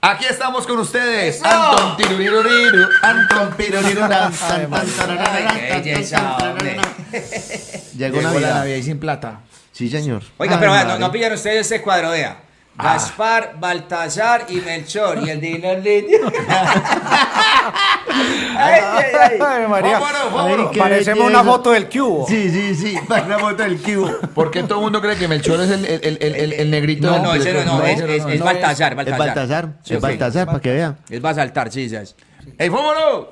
Aquí estamos con ustedes. Eso. Anton Tiruriru, Anton Piruriruran, Ay, San, tan, madre. tararara, Ay, qué tan, belleza, tan, tan, hombre. tararara. Llegó Llegó la Navidad. Navidad y sin plata. Sí, señor. Oiga, Ay, pero vean, no, madre. no pillan ustedes este cuadro, vea. Gaspar, Baltasar y Melchor y el divino niño. ay, ay, ay. Ay, María. Vámonos, vámonos. Ay, qué Parecemos belleza. una foto del cubo. Sí, sí, sí. Para la foto del cubo. Porque todo el mundo cree que Melchor es el, el, el, el- el- el negrito. No, del no, ese no, pelotón. no, es, ese es, no, es no. Baltasar, Es Baltasar. Baltasar. Sí, Es ok. Baltasar, para que vean. Es Baltasar, sí, sí. ¡Ey, vámonos!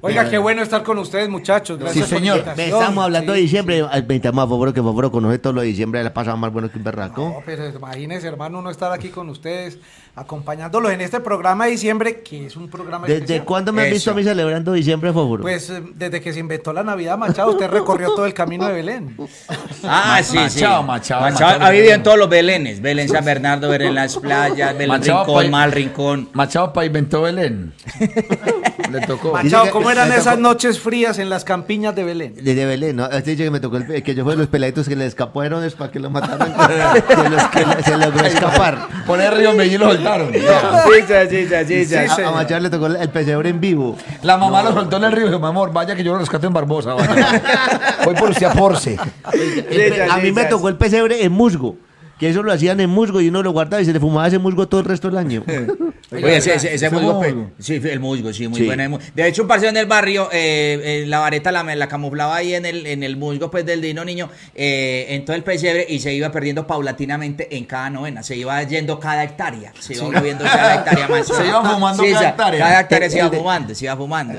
Oiga, qué bueno estar con ustedes, muchachos. Sí, Gracias por señor. la invitación. Estamos hablando de Sí. diciembre. Ay, Vente más favor que favor conoce todo lo de diciembre. La pasaba más bueno que un No, berraco. pero imagínense, hermano, uno estar aquí con ustedes, acompañándolos en este programa de diciembre, que es un programa ¿Desde especial. cuándo me han Eso. visto a mí celebrando diciembre, favor? Pues eh, desde que se inventó la Navidad, Machado, usted recorrió todo el camino de Belén. Ah, sí, sí. Machado, Machado, Machado. Ha vivido en todos los Belenes. Belén San Bernardo, Belén Las Playas, Belén Machado pues. Rincón, pa- Mal Rincón. Machado pavimentó Belén. Le tocó. Machado, que- ¿cómo eran me tocó- esas noches frías en las campiñas de Belén? Desde Belén, ¿no? Este dice que me tocó el pe- que yo fue de los peladitos que le escaparon es para que lo mataron. de los que le- se logró escapar. Poner Río Medellín y lo soltaron. Chicha, chicha, chicha. A, a Machado le tocó el- el pesebre en vivo. La mamá lo soltó en el río y dijo, mi amor, vaya que yo lo rescato en Barbosa. Vaya. Voy por usted a Porce. El pe- a mí me tocó el pesebre en musgo. Que eso lo hacían en musgo y uno lo guardaba y se le fumaba ese musgo todo el resto del año. Oye, ese, ese, ese Ese musgo, musgo. sí, el musgo, sí, muy Sí. bueno. el mu- De hecho, un parcero en el barrio, eh, eh, la vareta la, la camuflaba ahí en el, en el musgo pues, del Dino Niño, eh, en todo el pesebre, y se iba perdiendo paulatinamente en cada novena. Se iba yendo cada hectárea. Se iba moviendo cada hectárea más. Se iba fumando cada esa- hectárea. Cada hectárea se El- iba el de- fumando, se iba fumando.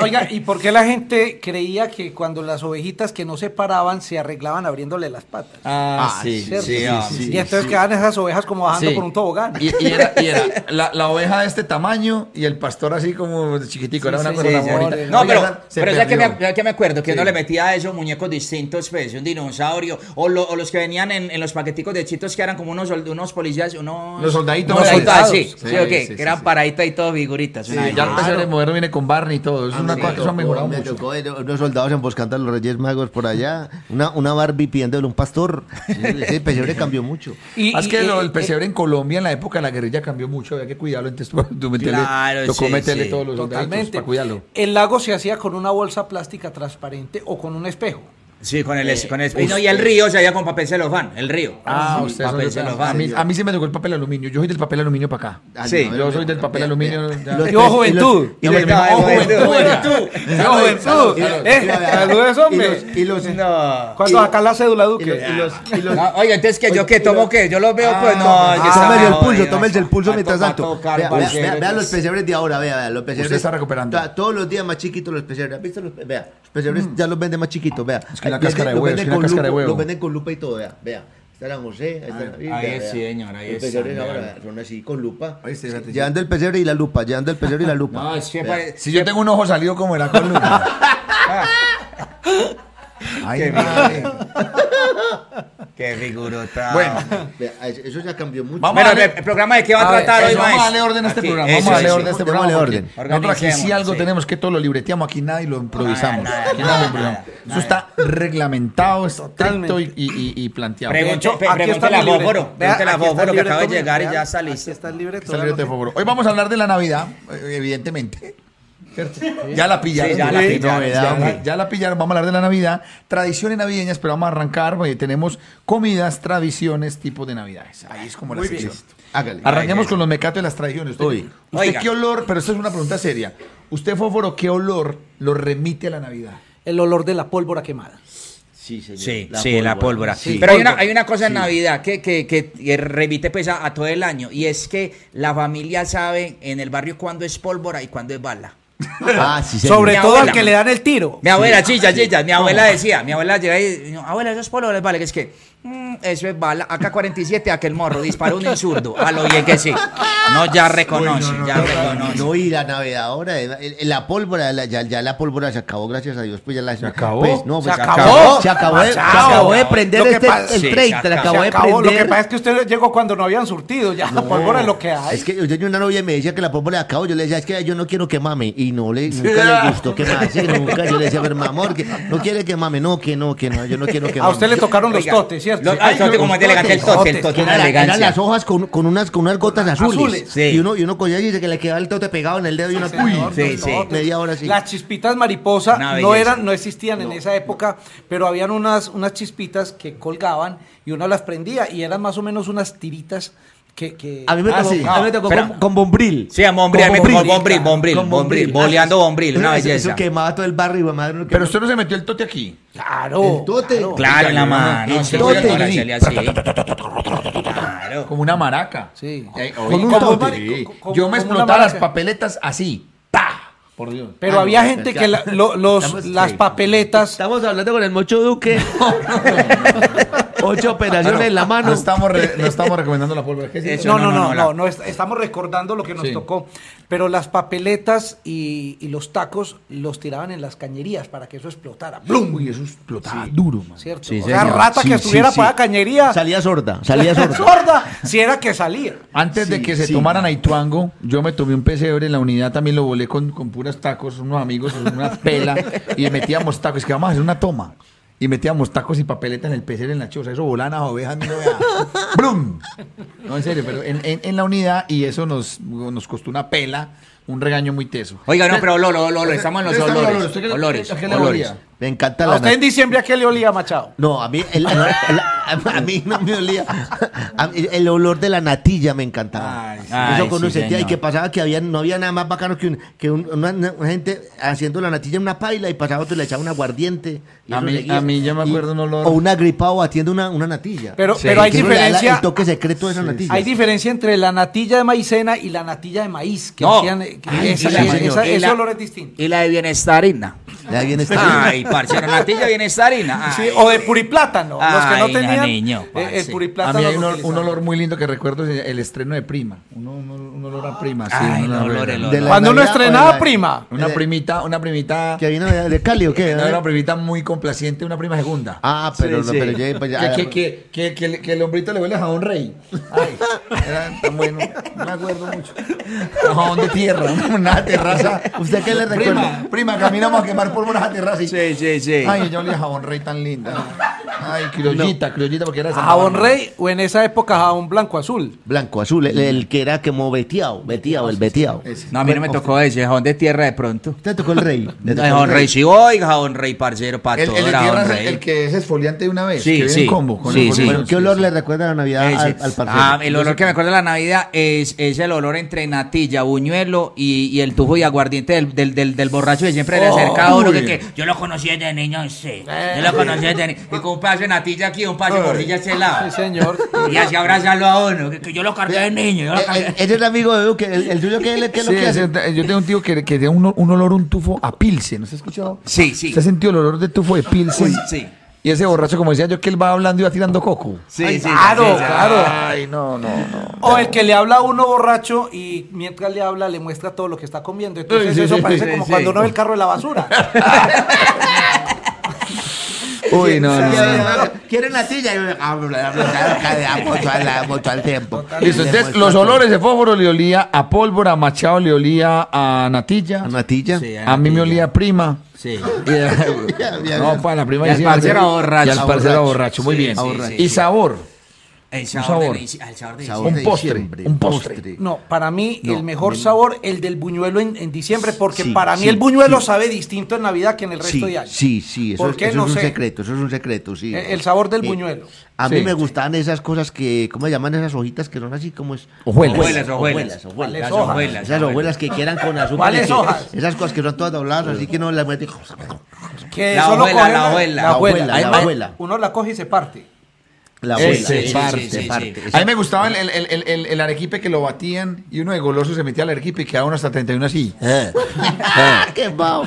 Oiga, ¿y por qué la gente creía que cuando las ovejitas que no se paraban se arreglaban abriéndole las patas? Ah, sí, ¿cierto? sí, ah, sí, y entonces quedaban esas ovejas como bajando Sí. por un tobogán. Y, y era, y era la, la oveja de este tamaño y el pastor así como chiquitico. era una sí, cosa sí, tan sí. bonita. No, Oiga, pero, esa se pero ya que, perdió. me, ya que me acuerdo que uno le metía a esos muñecos distintos, pues, un dinosaurio, o, lo- o los que venían en, en los paqueticos de chitos que eran como unos, sol- unos policías, unos... Los soldaditos unos moraditos. soldados, sí, Sí, sí, ok, sí, sí, que eran sí. paraditas y todo figuritas. una Sí, ya el vaina. pesebre moderno viene con Barney y todo. Es A mí una me cosa que eso ha tocó, mejorado me mucho. tocó ver unos soldados emboscando a los Reyes Magos por allá. Una, una Barbie pidiéndole un pastor. Sí, Ese pesebre cambió mucho. Y- es y- que lo- y- e, el pesebre en Colombia en la época de la guerrilla cambió mucho, había que cuidarlo, entonces tú, tú metele- Claro, tocó sí, meterle Pues sí. todos los soldaditos Totalmente. para cuidarlo. El lago se hacía con una bolsa plástica transparente o con un espejo. Sí, con el... con el y, no, y el río se había con papel celofán, el río. Ah, Sí, ustedes son papel de- celofán. a, mí, a mí sí me tocó el papel aluminio, yo soy del papel aluminio para acá. Ah, Sí, no, yo no, soy no, del no, papel no, aluminio. no. ya. Los Yo, pe- juventud. y los- Yo, juventud, juventud. ¡Yo, juventud! Claro, ¡Eh! claro. ¡Saludos, hombre! Y los- y los- No. Cuando y- sacan la cédula, y Duque. los- y los- Ah. y los- No, oye, entonces que yo que tomo que yo los veo, pues no. es Ah, que está tómese el mejor, pulso, oye, tómese el pulso va a mientras tocar, tanto. tocar, Vea, parce, vea- vea pues. los pesebres de ahora, vea, vea, los pesebres. está recuperando. Ta- todos los días más chiquitos los pesebres. ¿Has visto los pe- Vea, los pesebres ya los venden más chiquitos, vea. Es que la cáscara de huevo, es que la cáscara de huevo. Los venden con lupa y todo, vea, vea. Está la José, ahí está la Biblia, ahí es, vea. sí, señor, ahí Los está, pesebres vea. ahora vea, son así con lupa. Ahí está, fíjate, Llevando el pesebre y la lupa, llevando el pesebre y la lupa. No, es que Vea. pare- Si yo tengo un ojo salido como era con luna. Qué Ay, madre. bien. Qué figurota. Bueno, Vea, Eso ya cambió mucho. Vamos Bueno, a darle- el programa de qué va a, ver, tratar hoy, eso, Vamos a maestro? darle orden a este Aquí, programa. eso, Vamos a darle sí. orden a este Démosle programa. porque orden. Nosotros aquí sí Organicémonos, algo sí. tenemos que todo lo libreteamos. Aquí nadie lo improvisamos. Nada, nada, Aquí nada lo nada, improvisamos. nada, Eso está reglamentado, estricto y- y y- y planteado. Pregunta. De hecho, Pregunte- aquí está pregúntele a el libreto. Bóforo, Vea, pregúntele a aquí está el Bóforo que acaba de libreto, llegar y vean, ya está aquí listo. está el libreto. Está el libreto de Foforo. Hoy vamos a hablar de la Navidad, eh, evidentemente. ¿Cierto? Ya la pillaron. Sí, ya la Sí, pillaron, novedad, sí. hombre. Ya la pillaron. Vamos a hablar de la Navidad, tradiciones navideñas, pero vamos a arrancar porque tenemos comidas, tradiciones, tipos de Navidades. Ahí es como la sección. Hágale. Arranquemos con los mecatos de las tradiciones. Usted, Uy. usted Oiga. qué olor, pero esto es una pregunta seria. ¿Usted, Fóforo, qué olor lo remite a la Navidad? El olor de la pólvora quemada. Sí, señor. Sí, sí, la pólvora. Sí. Pero hay una, hay una cosa en Navidad que, que, que, que remite pues a, a todo el año y es que la familia sabe en el barrio cuándo es pólvora y cuándo es bala. Ah, sí, señor. Sobre Mi todo al abuela. que le dan el tiro. Mi abuela, chicha, chicha, mi abuela decía, mi abuela llega y no, abuela, eso es pólvora, es bala, que es que mm, eso es bala, AK-47, aquel morro, disparó un insurdo, a lo bien que sí. No, ya reconoce, Uy, no, no, ya no, no, reconoce. No, y la Navidad ahora, eh, el- el- la pólvora, la- ya, ya la pólvora se acabó, gracias a Dios, pues ya la... ¿Se acabó? no, pues, ¿Se acabó? Se acabó, de, se acabó de prender Lo que este, pasa- el sí, 30, se la acabó. acabó Se de acabó. Lo que prender. pasa es que usted llegó cuando no habían surtido. Ya la pólvora es lo que hay. Es que yo tenía una novia y me decía que la pólvora acabó, yo le decía, es que yo no quiero que mame, y no le, nunca le gustó que mame, sí, nunca, yo le decía, pero mi amor, que no quiere que mame, no, que no, que no, yo no quiero que A mame. usted le tocaron los Oiga, totes, ¿cierto? Los- ah, el tote, como es de elegante, el tote, el tote, Que una era la- eran elegancia. las hojas con, con unas, con unas gotas azules. azules. Sí. Y uno, y uno cogía y dice que le quedaba el tote pegado en el dedo y uno. Uy, Uy, sí, sí. media hora así. Las chispitas mariposa Una no belleza. eran, no existían en esa época, pero habían unas, unas chispitas que colgaban y uno las prendía y eran más o menos unas tiritas que, que- A mí me Ah, tocó, sí. a mí me tocó Espera. con, con bombril. Sí, a Bombril, a mí me tocó Bombril, Bombril, Con Ah, Bombril, boleando Bombril, una Eso- eso belleza. quemaba todo el barrio, hijo de madre. uno Pero quemaba- usted no se metió el tote aquí. Claro. El tote. claro. Claro, en la El mano. sí, tote, señor, vení. Araceli, así. Claro. Como una maraca. Sí. Eh, Con oye, un como tote. mari- co- co- Yo me como una explotaba las maraca. papeletas así. ¡Pa! Por Dios. Pero Ah, había no, gente ya. que la- lo- los, Estamos- las sí. papeletas. Estamos hablando con el Mocho Duque. Ocho operaciones en la No mano. estamos, re- no estamos recomendando la pólvora. ¿Qué es Eso, eso? No, no, no, no, la- no, est- estamos recordando lo que nos Sí. tocó. Pero las papeletas y, y los tacos los tiraban en las cañerías para que eso explotara. ¡Blum! Uy, eso explotaba duro, man. ¿Cierto? Sí, o sea, señor. rata Sí, que sí, estuviera sí. para la cañería. Salía sorda, salía sorda. sorda. Si era que salía. Antes de Sí, que se sí. tomaran a Ituango, yo me tomé un pesebre en la unidad, también lo volé con, con puras tacos, unos amigos, una pela, y metíamos tacos. Es que vamos a hacer una toma. Y metíamos tacos y papeletas en el pesebre en la choza. Eso volaban a ovejas, mira, vea. ¡Brum! No, en serio, pero en, en- en la unidad, y eso nos, nos costó una pela, un regaño muy teso. Oiga, no, pero olor, olor, olor, estamos en los Estamos en los olores. olores. ¿Usted qué le- Olores, a qué le olores. olía? Me encanta A la usted nata. en diciembre a qué le olía Machado. No, a mí, el- el- el- a mí no me olía. A mí el olor de la natilla me encantaba. Ay, sí. Ay, Eso con sí, un sentía. Y señor. que pasaba que había, no había nada más bacano que, un- que un- una, una gente haciendo la natilla en una paila y pasaba otro y le echaba un aguardiente. y A eso mí- seguía. a mí ya me Y- acuerdo un olor. O una gripa o batiendo una, una natilla. Pero, Sí, pero hay Que uno le da la- diferencia. El toque secreto de esa natilla. Hay diferencia entre la natilla de maicena y la natilla de maíz. Que No. hacían, eh, que Ay, esa- Y la- sí, esa- señor. esa- y ese la- olor es distinto. Y la de bienestarina. Ya bien está. Ay, parcero, natilla bienestarina. Sí, Ay. oh, o de puriplátano. los que Ay, no tenían. niño, eh, el parce. A puriplátano. mí hay lo un, olor- un utilizaban. olor muy lindo que recuerdo, es el estreno de Prima. Un, un- un olor a Prima, sí. Ay, el un olor a olor, Prima. el De la Cuando uno Navidad o de estrenaba la- prima. Una primita, una primita... Que vino de, de Cali o qué. No, una primita muy complaciente, una prima segunda. eh? Ah, pero, Sí, no, sí. pero ya- pues ya- que, que, que, que, que el- que el hombrito le huele a jabón rey. Ay, era tan bueno. No me acuerdo mucho. A jabón de tierra, una terraza. ¿Usted qué le recuerda? Prima, prima, caminamos a quemar por una terraza. Y... Sí, sí, sí. Ay, yo olía a jabón rey tan linda. Ay, criollita, criollita, porque era de Santa Jabón Bárbara. rey o en esa época jabón blanco azul. Blanco, azul, el, el que era como veteado, veteado, el veteado. Ese. No, a mí no me tocó ese, jabón de tierra de pronto. Usted tocó el rey. Le tocó el Jabón rey, sí, oiga, jabón rey, parcero, para El, todo el de era tierra jabón es el, rey. el que es exfoliante de una vez. Sí, que viene sí. en combo. Con Sí, el sí. bolígrafo. Bueno, ¿Qué olor le recuerda la Navidad Ese. al, al parcero? Ah, el olor que me acuerdo de la Navidad es, es el olor entre natilla, buñuelo y, y el tubo de aguardiente del, del, del, del borracho que siempre le acerca a uno. Que, uy. que yo lo conocí desde niño, sí. Yo lo conocí desde niño. Y con un pedazo de natilla aquí, un pedazo de gordilla a ese lado. Sí, señor. Y así abrazarlo a uno. Que, que yo lo cargué de niño. Yo lo cargué. Eh, eh, Ese es el amigo de Duque, el, el suyo que él que es lo Sí, que hace. ese- yo tengo un tío que, que tiene un, un olor, un tufo a pilsen. ¿No se ha escuchado? Sí, sí. ¿Se ha sentido el olor de tufo de pilsen? Uy, sí. Y ese borracho, como decía yo, que él va hablando y va tirando coco. Sí, Ay, sí, sí, claro, sí, sí. claro. Ay, no, no, no. O el que le habla a uno borracho y mientras le habla le muestra todo lo que está comiendo. Entonces Sí, sí, eso sí, parece sí, como sí. cuando uno ve el carro de la basura. Uy, no, no, no. Quiere natilla. Y- Mucho al- mucho al tiempo. Listo, entonces los olores de fósforo le olía a pólvora, a machado le olía a natilla. ¿A natilla? Sí, A mí me olía a prima. Sí. No, para la prima Y al decía- parcero borracho. Y al parcero borracho, muy Sí, bien. sí, sí, sí. y sabor, El sabor, sabor. de nici- al sabor de Sabor un de postre, diciembre, un postre. No, para mí No, el mejor no. sabor, el del buñuelo en, en diciembre, porque Sí, para mí sí, el buñuelo sí. sabe distinto en Navidad que en el resto Sí, de año. sí, sí, eso, ¿Por es- qué? eso No es un sé. secreto, eso es un secreto, sí. El- el sabor del Eh, buñuelo. A Sí. mí me gustaban esas cosas que, ¿cómo se llaman esas hojitas que son así como es? Hojuelas. Hojuelas, Hojuelas, hojuelas. hojuelas. Las hojas? hojuelas, Esas hojuelas que quieran con azúcar. ¿Cuáles y que- hojas? Esas cosas que son todas dobladas, así que no las meten. Que La solo abuela, coge la abuela. la abuela. La Ahí va- abuela. Uno la coge y se parte. La Sí, abuela. sí, sí, parte, sí, sí, parte. sí. A mí me gustaba el, el, el- el- el arequipe que lo batían y uno de goloso se metía al arequipe y quedaba uno hasta 31 así. Ah, Qué vago.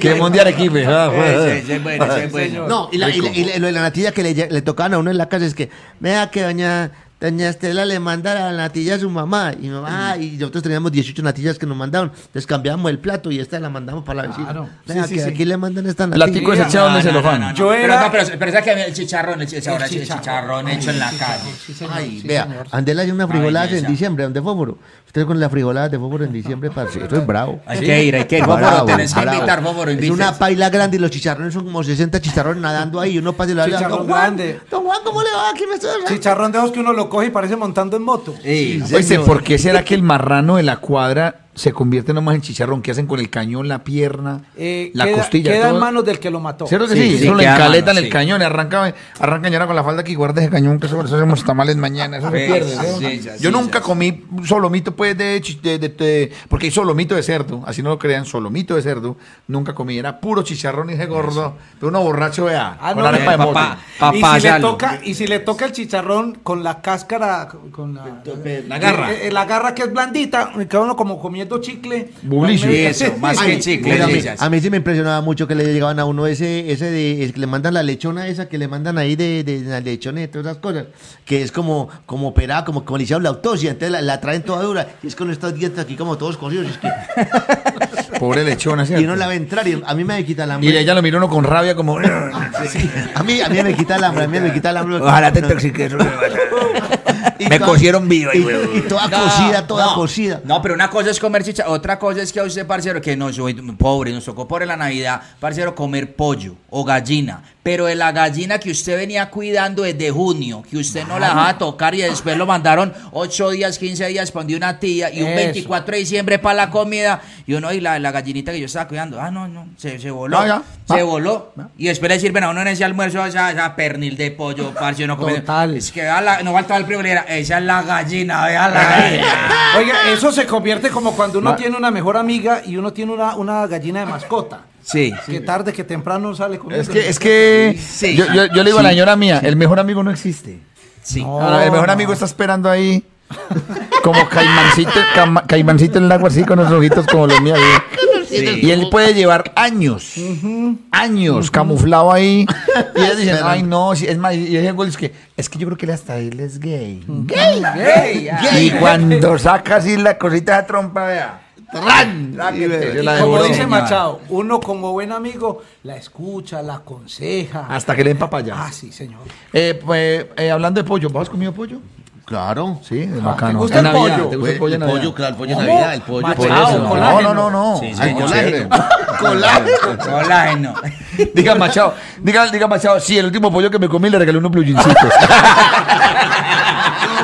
¡Qué mundial arequipe! Ah, Ese- ese es bueno, ese es bueno. No, y, la, y, la- y la- lo de la natilla que le, lle- le tocaban a uno en la casa es que, vea que doña doña Estela le manda la natilla a su mamá. Y, mi Mm. mamá, ah, y nosotros teníamos 18 natillas que nos mandaron. Les cambiamos el plato y esta la mandamos para la vecina. Claro. Venga, Sí, sí, que sí. aquí le mandan esta natilla. Platico ese chavo donde se lo fan. Yo pero, era- no, pero, pero ¿sabes que había el chicharrón, el chicharrón, el chicharrón. chicharrón hecho en la calle. Sí, señor, Ay, sí, vea, señor. Andela hace una Ay, frijolada en belleza. diciembre, ¿dónde fóforo? Usted con las frijoladas de fóforo en diciembre, parce, eso es bravo. Hay que ir, hay que ir. Bravo, Bóforo, tenés que bravo. invitar, Bóforo, Es invites. una paila grande y los chicharrones son como 60 chicharrones nadando ahí y uno pasa y le habla, Chicharrón don Juan, grande. don Juan, ¿cómo le va? Aquí me estoy Chicharrón de ojos que uno lo coge y parece montando en moto. Sí, Oye, señor. ¿por qué será que el marrano de la cuadra se convierte nomás en chicharrón? ¿Qué hacen con el cañón, la pierna, Eh, la queda, costilla? queda todo? en manos del que lo mató. ¿Cierto que Sí, sí? sí, eso lo queda a encaletan mano, el sí. cañón, y arranca, arranca ñera con la falda que guarda ese cañón, que eso, eso hacemos tamales mañana, eso se Sí, pierde. sí, ¿no? sí, sí, Yo sí, nunca sí. comí solomito, pues, de, chi- de- de- de- porque hay solomito de cerdo, así no lo crean, solomito de cerdo, nunca comí, era puro chicharrón y ese gordo, pero uno borracho, vea, Ah, con no, arepa de papá, mote. papá, y, si le Salo. toca, y si le toca el chicharrón con la cáscara, con la, La garra. eh, eh, la garra que es blandita, cada uno como comiendo chicle. Bulicio. No hay medio- Eso, más Ay, que chicle. Pero a, mí, sí, sí. a mí sí me impresionaba mucho que le llegaban a uno ese, ese de, es que le mandan la lechona esa que le mandan ahí de, de, de la lechona y todas esas cosas, que es como, como operada, como, como le hicieron la autopsia, entonces la, la traen toda dura, y es con estos dientes aquí como todos cosidos, y, es que- Pobre lechona, y uno ¿cierto? la ve entrar, y a mí me quita el hambre. Y ella lo miró uno con rabia como... Sí. A mí, a mí me quita el hambre, a mí me quita el hambre. Ojalá te No. intoxiques. Y Me toda- cosieron viva. Y, Y, y toda No, cocida, toda no. cocida. No, pero una cosa es comer chicha, otra cosa es que a usted, parcero, que no soy pobre, nos tocó pobre la Navidad, parcero, comer pollo o gallina. Pero de la gallina que usted venía cuidando desde junio, que usted no la dejaba tocar y después lo mandaron 8 días, 15 días, pondió una tía y un Eso. 24 de diciembre para la comida. Y uno, y la, la gallinita que yo estaba cuidando, ah, no, no, se, se voló. No, ya, se va. voló. Y después le sirven a uno en ese almuerzo esa, esa pernil de pollo, parcero, no come. Total. Es que vea la- no faltaba el primero, esa es la gallina, vea la gallina. Oiga, eso se convierte como cuando uno tiene una mejor amiga y uno tiene una, una gallina de mascota. Sí. Que tarde que temprano sale con Es que, es que Sí. yo, yo- yo le digo a la señora mía, el mejor amigo no existe. Sí. No. Ahora, el mejor amigo está esperando ahí. Como caimancito, cama- caimancito en el agua, así con los ojitos como los míos. ¿sí? Y él puede llevar años, años camuflado ahí. Y ellos dicen, ay, no, sí, es más, y ese gol es que, es que yo creo que él hasta él es gay. ¡Gay! Ey, Y cuando saca así la cosita de trompa, vea. ¡Ran! Ráquete, yo la como devoré. dice Machado, uno como buen amigo la escucha, la aconseja. Hasta que le den papaya. Ah, sí, señor. Eh, pues, eh, hablando de pollo, ¿vos has comido pollo? Claro. Sí, es bacano. ¿te gusta En el Navidad, pollo? ¿Te gusta el pollo? en Navidad? claro, Ah, el pollo ¿Cómo? Navidad, el pollo. Machado, Por eso. No, colágeno. no, no, no. sí, Ay, colágeno. chévere. Colágeno. Diga Machado, diga, diga Machado, sí, el último pollo que me comí le regalé unos blue jeansitos.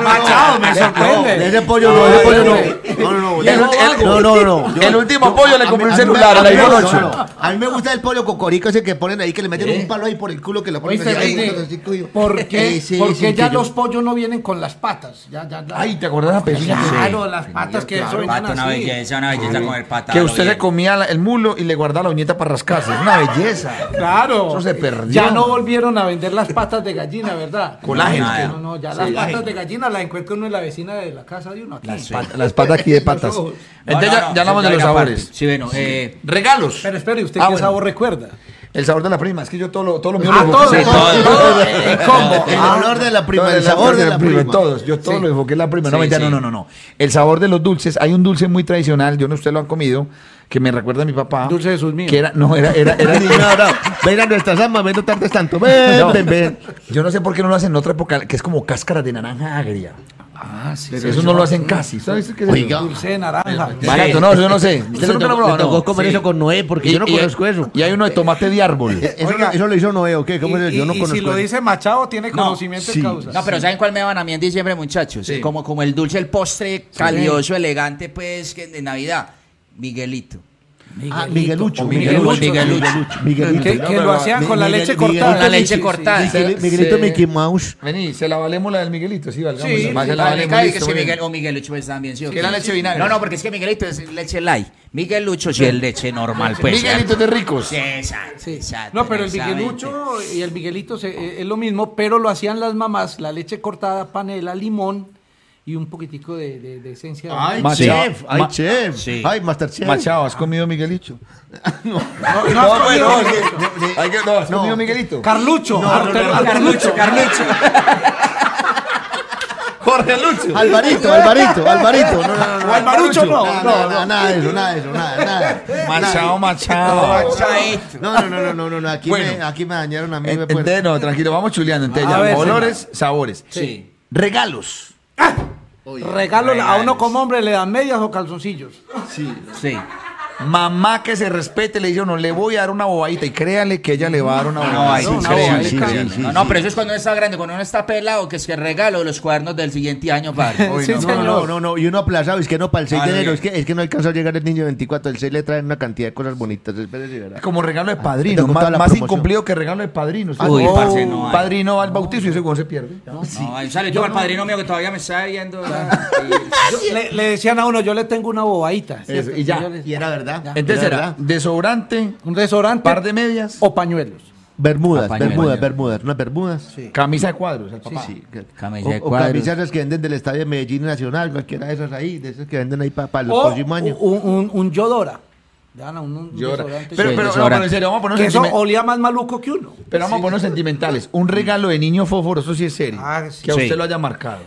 Machado, me De sorprende. ese pollo no, de ese pollo no. El- Yo no, el- no, no, no. el último pollo le a compré mí- un a mí me- celular, a el mí me- iPhone no, 8. no. A mí me gusta el pollo cocorico ese que ponen ahí, que le meten un palo ahí por el culo, que lo ponen Oíste, así, ahí, Benny, así, cuyo. ¿Por Eh, qué? Ese es Porque el ya que yo- los pollos no vienen con las patas. Ya, ya, ya. Ay, ¿te acordás de la pezuña? que- claro, las patas que eso venían Pata, una así. belleza, una belleza comer pata. Que lo usted bien. le comía la- el mulo y le guardaba la uñeta para rascarse. Es una belleza. Claro. Eso se perdió. Ya no volvieron a vender las patas de gallina, ¿verdad? Colágeno. No, no, no, ya las patas de gallina las encuentra uno en la vecina de la casa de uno aquí. Las pat- las patas aquí de patas. Los ojos. No, Entonces no, ya, no, ya hablamos de los oiga, aparte. sabores. Sí, bueno, eh, Regalos. Pero espere, ¿usted Ah, qué bueno. sabor recuerda? El sabor de la prima, es que yo todo lo, todo lo mío Ah, lo todo, enfoqué. todo, Sí, todo. En combo. El Ah, olor de la prima, Todo el sabor de la prima. Todos, yo todo lo enfoqué en la prima. No, Sí, mentira, sí. no, no, no, no. El sabor de los dulces. Hay un dulce muy tradicional, yo no ustedes lo han comido, que me recuerda a mi papá. Dulce de sus míos. Que era, no, era, era, era Sí, no, no. Ven a nuestras almas, ven no tardes tanto. Ven, No. ven, ven. Yo no sé por qué no lo hacen en otra época, que es como cáscara de naranja agria. Ah, sí. eso no lo hacen casi. ¿Sabes qué es eso? Oiga. Dulce de naranja. Barato, no, yo no sé. Usted le nunca lo ha tocó- probado, le ¿no? tocó comer eso con Noé, porque Y- yo no y- conozco eso. Y hay uno de tomate de árbol. Eso, Oiga. eso lo hizo Noé, ¿o qué? ¿Cómo Y, es? Yo no y- y conozco si lo eso. dice Machado, tiene No, conocimiento sí. de causa. no, pero ¿saben cuál me daban a mí en diciembre, muchachos? Como, como el dulce, el postre calioso, elegante, pues, que de Navidad. Miguelito. Ah, Miguelucho. O Miguelucho. Miguelucho. Miguelucho. que, que lo hacían con la Miguel- leche Miguel- cortada. Con la leche Sí, sí, cortada. sí. Miguel- Miguelito Se- Mickey Mouse. Vení, se la valemos la del Miguelito, sí, Sí, valgamos. la- sí, se la Ah, me valemos, cae que listo, es que bien. Miguel, o Miguelucho pues también, ¿sí? o Que qué? era leche vinagre. No, no, porque es que Miguelito es leche light. Miguelucho sí es leche normal, pues. Miguelito de ricos. Sí, exacto, Sí. exacto, No, pero el exactamente. Miguelucho y el Miguelito se- eh, es lo mismo, pero lo hacían las mamás, la leche cortada, panela, limón y un poquitico de, de- de esencia. de Ay, Machado. chef. Ay, Ma- chef. Sí. Ay, Master Chef. Machado, ¿has comido Miguelito? No, no has comido Miguelito. Hay que- no, ¿Has comido Miguelito? Carlucho, Ar- Carlucho, Carlucho. Jorge Lucho. Alvarito, Alvarito, Alvarito. No, no, no, no. Alvarucho no, Nada, no, nada, nada de eso, nada de eso, nada, nada. Machao, Ah, machao. Eh, chaito. No, no, no, no, no, no, no. Aquí, Bueno. me, aquí me dañaron a mí. me puerco. Entonces, no, tranquilo, vamos chuleando. Entonces, A ya, ver, olores, sabores. Sí. Regalos. Regalos a uno como hombre le dan medias o calzoncillos. Sí. Mamá que se respete, le dice uno, le voy a dar una bobadita. Y créale que ella le va a dar una No, bobadita. ahí sí, no, sí, no, sí, no, sí, no, sí, no, no, pero eso es cuando uno está grande, cuando uno está pelado, que es que regalo los cuadernos del siguiente año, padre. Uy, Sí, No, no. señor. no, no, no, y uno aplazado, es que no para el 6 de Ah, enero, sí. es que, es que no alcanzó a llegar el niño 24, el 6 le traen una cantidad de cosas bonitas, espérese y verá. Como regalo de padrino, Tengo toda más, la más promoción. incumplido que regalo de padrino. ¿sí? Uy, No, parce, no hay. Padrino va al bautizo y ese güey se pierde. No, ahí sale yo al padrino mío que todavía me está viendo. Yo- le, le decían a uno, yo le tengo una bobadita. ¿cierto? y ya. yo le- Y era verdad. Entonces era era verdad. desodorante, Un desodorante par de medias, o pañuelos. Bermudas, Apaño, Bermudas, apaño. Bermudas, unas Bermudas. camisa de cuadros. al papá. Sí, que- Camisa o, de o cuadros. camisas las que venden del estadio de Medellín Nacional, cualquiera de esas ahí, de esas que venden ahí para los O próximos años. un, un- un yodora. Le dan a uno un Llora. desodorante. Pero, Sí, pero, no, desodorante. pero en serio, vamos a ponernos, que eso sentimen- olía más maluco que uno. pero vamos a ponernos sentimentales. Un regalo de niño fósforo, eso sí es serio. Ah, sí. Que a Sí. usted lo haya marcado.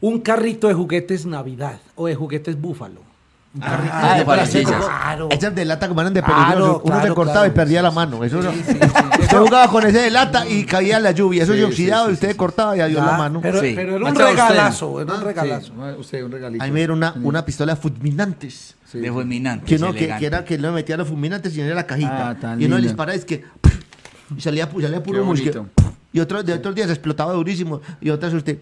Un carrito de juguetes Navidad o de juguetes Búfalo. Un carrito Ah, de de pastillas. pastillas. Claro. Esas de lata como eran de Claro, peluche, uno claro, se cortaba claro. y perdía la mano. Eso no. Usted jugaba con ese de lata y caía en la lluvia. Eso se oxidaba y usted cortaba y adiós Ah, la mano. Pero, Sí. pero era un Machado, usted. regalazo, era un regalazo. Sí, usted, un regalito. Ahí me dieron Mm. una, una pistola fulminantes. De fulminante. Que, no, que, que era que no metía los fulminantes y no era la cajita. Ah, tan y uno le linda. disparaba es que y salía, pu- salía puro Qué musque. bonito. Y otros de otros días explotaba durísimo. Y otras usted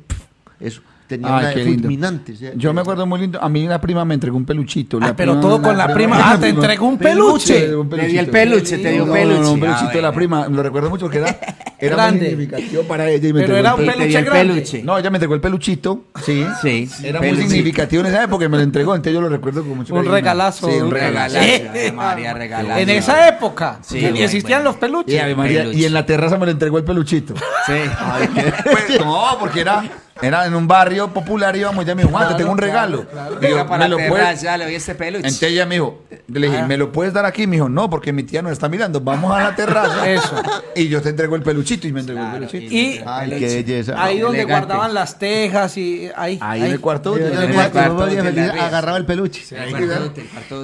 eso. Tenía Ay, una qué de lindo. fulminantes. eh. Yo me acuerdo muy lindo. A mí la prima me entregó un peluchito. Ah, pero todo con la prima. Ah, te entregó un peluche. un Te dio el peluchito. peluche, te dio No, peluche. No, no, un Ah, peluchito de la bueno. prima. Lo recuerdo mucho porque era, era Grande. muy significativo para ella. Y me Pero entregó era un el Te pelu- dio peluche el grande. peluche. No, ella me entregó el peluchito. Sí. Sí. Era muy peluche. significativo en esa época y me lo entregó. Entonces yo lo recuerdo con mucho Un cariño. regalazo. Sí, un Un regalazo. Regalazo, Sí. Ave María, regalazo. En esa época Sí, que ni bueno, existían bueno. los peluches. Y, Ave María, Peluche. y en la terraza me lo entregó el peluchito. Sí. Pues, no, porque era, era en un barrio popular íbamos y ella me dijo, Juan, te tengo un regalo. Y yo, Venga para "¿Me lo la puedes-?" terraza, Ah. le doy este peluche. Entonces ella me dijo, le dije, ¿me lo puedes dar aquí? Me dijo, no, porque mi tía nos está mirando, vamos a la terraza. Eso. Y yo te entrego el peluchito y me entregó el Claro, peluchito. Y Ay, qué Ah, belleza. ahí donde elegante. guardaban las tejas y ahí. Ahí en el cuarto Yo- útil. yo en el me acuerdo, cuarto día de feliz, la ría. agarraba el peluche.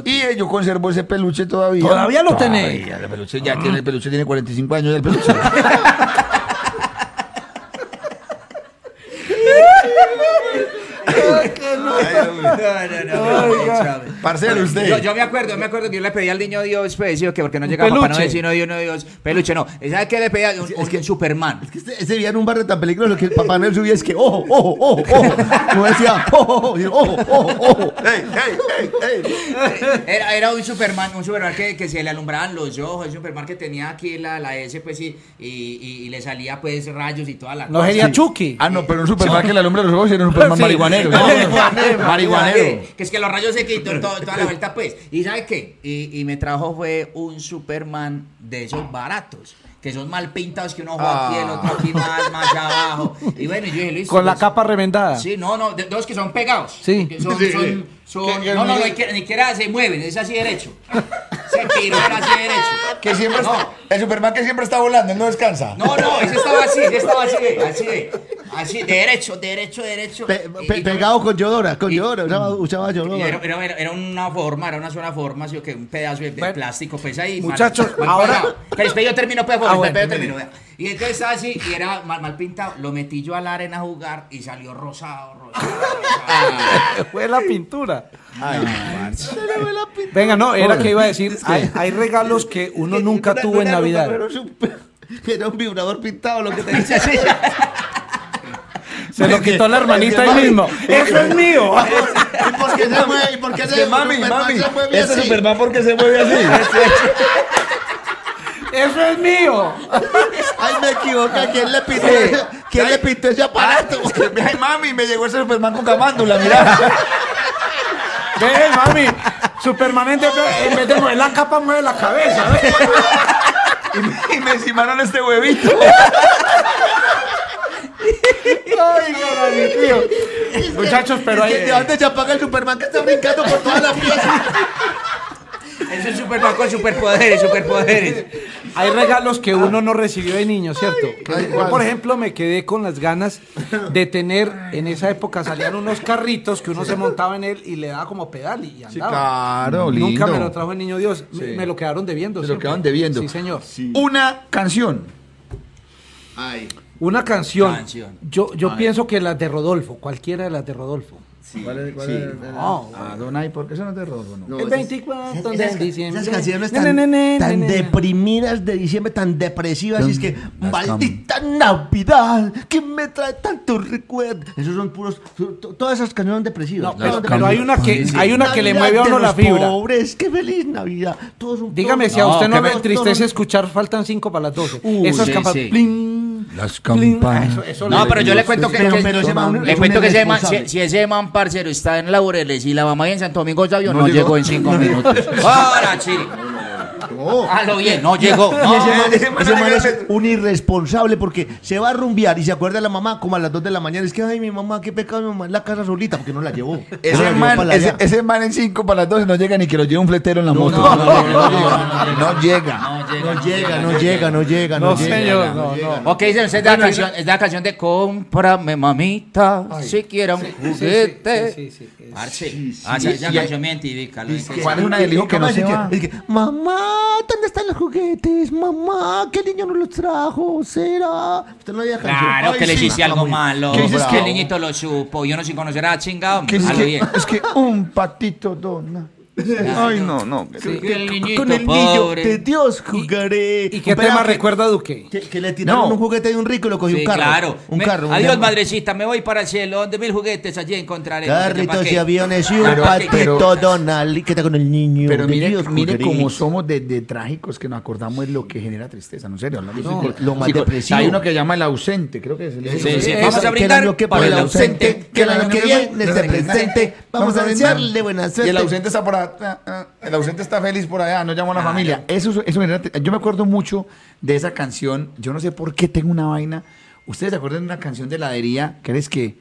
Y eh, yo conservo ese peluche todavía. Todavía lo Todavía, tenés. el peluche ya tiene, el peluche tiene 45 años ya el peluche. Parcero, usted. Yo, yo me acuerdo, yo me acuerdo que yo le pedí al niño Dios, pues, digo que porque no llegaba peluche. Papá Noel, sino Dios, no Dios, peluche, no. ¿Sabes qué le pedí? Un, es que Superman. Es que este- ese día en un barrio tan peligroso que el Papá Noel subía es que ojo, ojo, ojo, ojo. Como decía, ojo, ojo, y, ojo, ojo, ojo. Era, era un Superman, un Superman que, que se le alumbraban los ojos, un Superman que tenía aquí la, la S, pues, y, y, y- y le salía, pues, rayos y toda la No cosa. sería Chucky. Ah, no, pero un Superman que le alumbra los ojos era un Superman marihuanero. ¿no? Marihuanero. Que es que los rayos se quitan todo- toda la vuelta, pues. ¿Y sabes qué? Y, y me trajo fue un Superman de esos baratos, que son mal pintados, que uno juega aquí, el otro aquí más, más abajo. Y bueno, y yo dije, Luis. Con la pues, capa remendada. Sí, no, no, de, dos que son pegados. Sí. Que Son, Sí. son, son- Que- que no, no, mide- ni siquiera- ni siquiera se mueven, es así derecho. Se tiró era así derecho. Que siempre no. está, el Superman que siempre está volando, él no descansa. No, no, ese estaba así, ese estaba así, de- así, de- así, de derecho, derecho, derecho. Pe- Y- pe- y yo- pegado con Yodora, con y- Yodora, usaba, usaba y Yodora. Era, era- era- era una forma, era una sola forma, así que un pedazo de, de Bueno. plástico, pues ahí. Muchachos, mal- mal ahora- parado. Pero espera, yo termino, pues, Ah, bueno, espera, yo termino. vea. Y entonces estaba así, y era mal, mal pintado. Lo metí yo a la arena a jugar y salió rosado, rosado. rosado. Fue la pintura. Venga, no, era que iba a decir, hay, hay regalos que uno nunca Era- tuvo en era un- Navidad. Era un, era un vibrador pintado lo que te dice. Se lo quitó la hermanita es que- ahí mismo. ¡Eso es mío! ¿Y por qué se mueve? ¿Y por qué se mami, Superman mami, se mueve ese así? Superman porque se mueve así. ¡Eso es mío! Ay, me equivoqué. ¿Quién le pintó, ese- ¿quién le pintó ese aparato? Es que, ay, mami, me llegó ese Superman con camándula, mira. Ve, Eh, mami, Superman en de- en vez de mover Eh, la capa, mueve la cabeza. ¿ve? Y me, y me encimaron este huevito. Muchachos, pero ¿Y hay... quién- ¿De dónde se apaga el Superman que está brincando por toda la pieza? Es un Superman con superpoderes, superpoderes. Hay regalos que uno no recibió de niño, ¿cierto? Que Ay, yo, por ¿cuál? ejemplo, me quedé con las ganas de tener, en esa época salían unos carritos que uno se montaba en él y le daba como pedal y andaba. claro, Nunca lindo. me lo trajo el niño Dios, me, Sí. me lo quedaron debiendo. Se lo siempre. quedaban debiendo. Sí, señor. Una canción. Ay, Una canción. Canción. Yo, yo pienso que las de Rodolfo, cualquiera de las de Rodolfo. ¿Cuál es? cuál sí. es? No. Ah, Donai, porque eso no es de robo, ¿no? no, El esas- 24 esas- de esas- diciembre. Esas canciones Ne, tan, ne, ne, tan ne, ne. deprimidas de diciembre, tan depresivas. Y es que, Las maldita Navidad, que me trae tantos recuerdos. Esos son puros. son- to- Todas esas canciones son depresivas. No, todas pero, son pero hay una que, hay una que le Navidad mueve a de uno la los fibra. Pobres, qué feliz Navidad. Todos son- Dígame todos- si a usted no todos- le todos- entristece escuchar, faltan 5 para las 12. Uy, Esas sí, campanas. sí. pling, Las pling. Ah, campanas. eso- eso No, pero yo le cuento que, Pero- que- pero ese man- le es un cuento que ese man, si, irresponsable. si ese man, parcero, está en Laureles y la mamá y en Santo Domingo Sabio, no, No llegó. llegó en cinco minutos. ¡Ahora, Chile! No. ¡A lo bien! No llegó. Y ese man, ese man ese man es alegremente- un irresponsable porque se va a rumbear y se acuerda de la mamá como a las 2 de la mañana. Es que, ay, mi mamá, qué pecado, mi mamá en la casa solita porque no la llevó. No la Ese llevó man, para ese, allá. ese man en 5 para las 12 no llega ni que lo lleve un fletero en la moto. no, no, no, no, No llega. No llega, no llega, no llega, no, No, llega. señor, no, no. Ok, dice usted de la canción, es de la canción de Cómprame mamita, si quiera un juguete. Sí, sí, sí, sí, sí. Parce, ah, esa- esa canción me identifica, lo identifica. ¿Cuál es una del hijo que no se va? Es que, mamá, ¿dónde están los juguetes? Mamá, ¿qué niño no los trajo? ¿Será? Usted no había canción. Claro Ay, que le sí. hiciste algo malo. ¿Qué dices que que- el niñito lo supo. Yo no sé conocer a chingado. Que es, a lo que, bien. es que un patito dona. Ay, no, no. Que el niñito Con el niño pobre. de Dios jugaré. ¿Y qué tema recuerda Duque? Que, que le tiraron No. un juguete de un rico y lo cogió Sí, un carro. claro. Un Me- carro. un Adiós, llam- madrecita, me voy para el cielo. Donde mil juguetes allí encontraré. Carritos y aviones y un Pero- patito pero- Donald. ¿Qué está con el niño? Pero de mire, Dios mire jugaré? cómo somos de, de trágicos que nos acordamos de lo que genera tristeza, ¿no? En serio, hablamos No, de- lo más psico- depresivo. pues, Hay uno que llama el ausente, creo que es el Sí, sí, Eso, vamos que a el brindar año que por por el el ausente, ausente. que el año que viene esté presente. Vamos a desearle buena Y el suerte. ausente está por allá, ah, ah, el ausente está feliz por allá, no llamó Ah, a la familia. Eso, eso genera- yo me acuerdo mucho de esa canción, yo no sé por qué tengo una vaina. ¿Ustedes se acuerdan de una canción de heladería? ¿Crees que?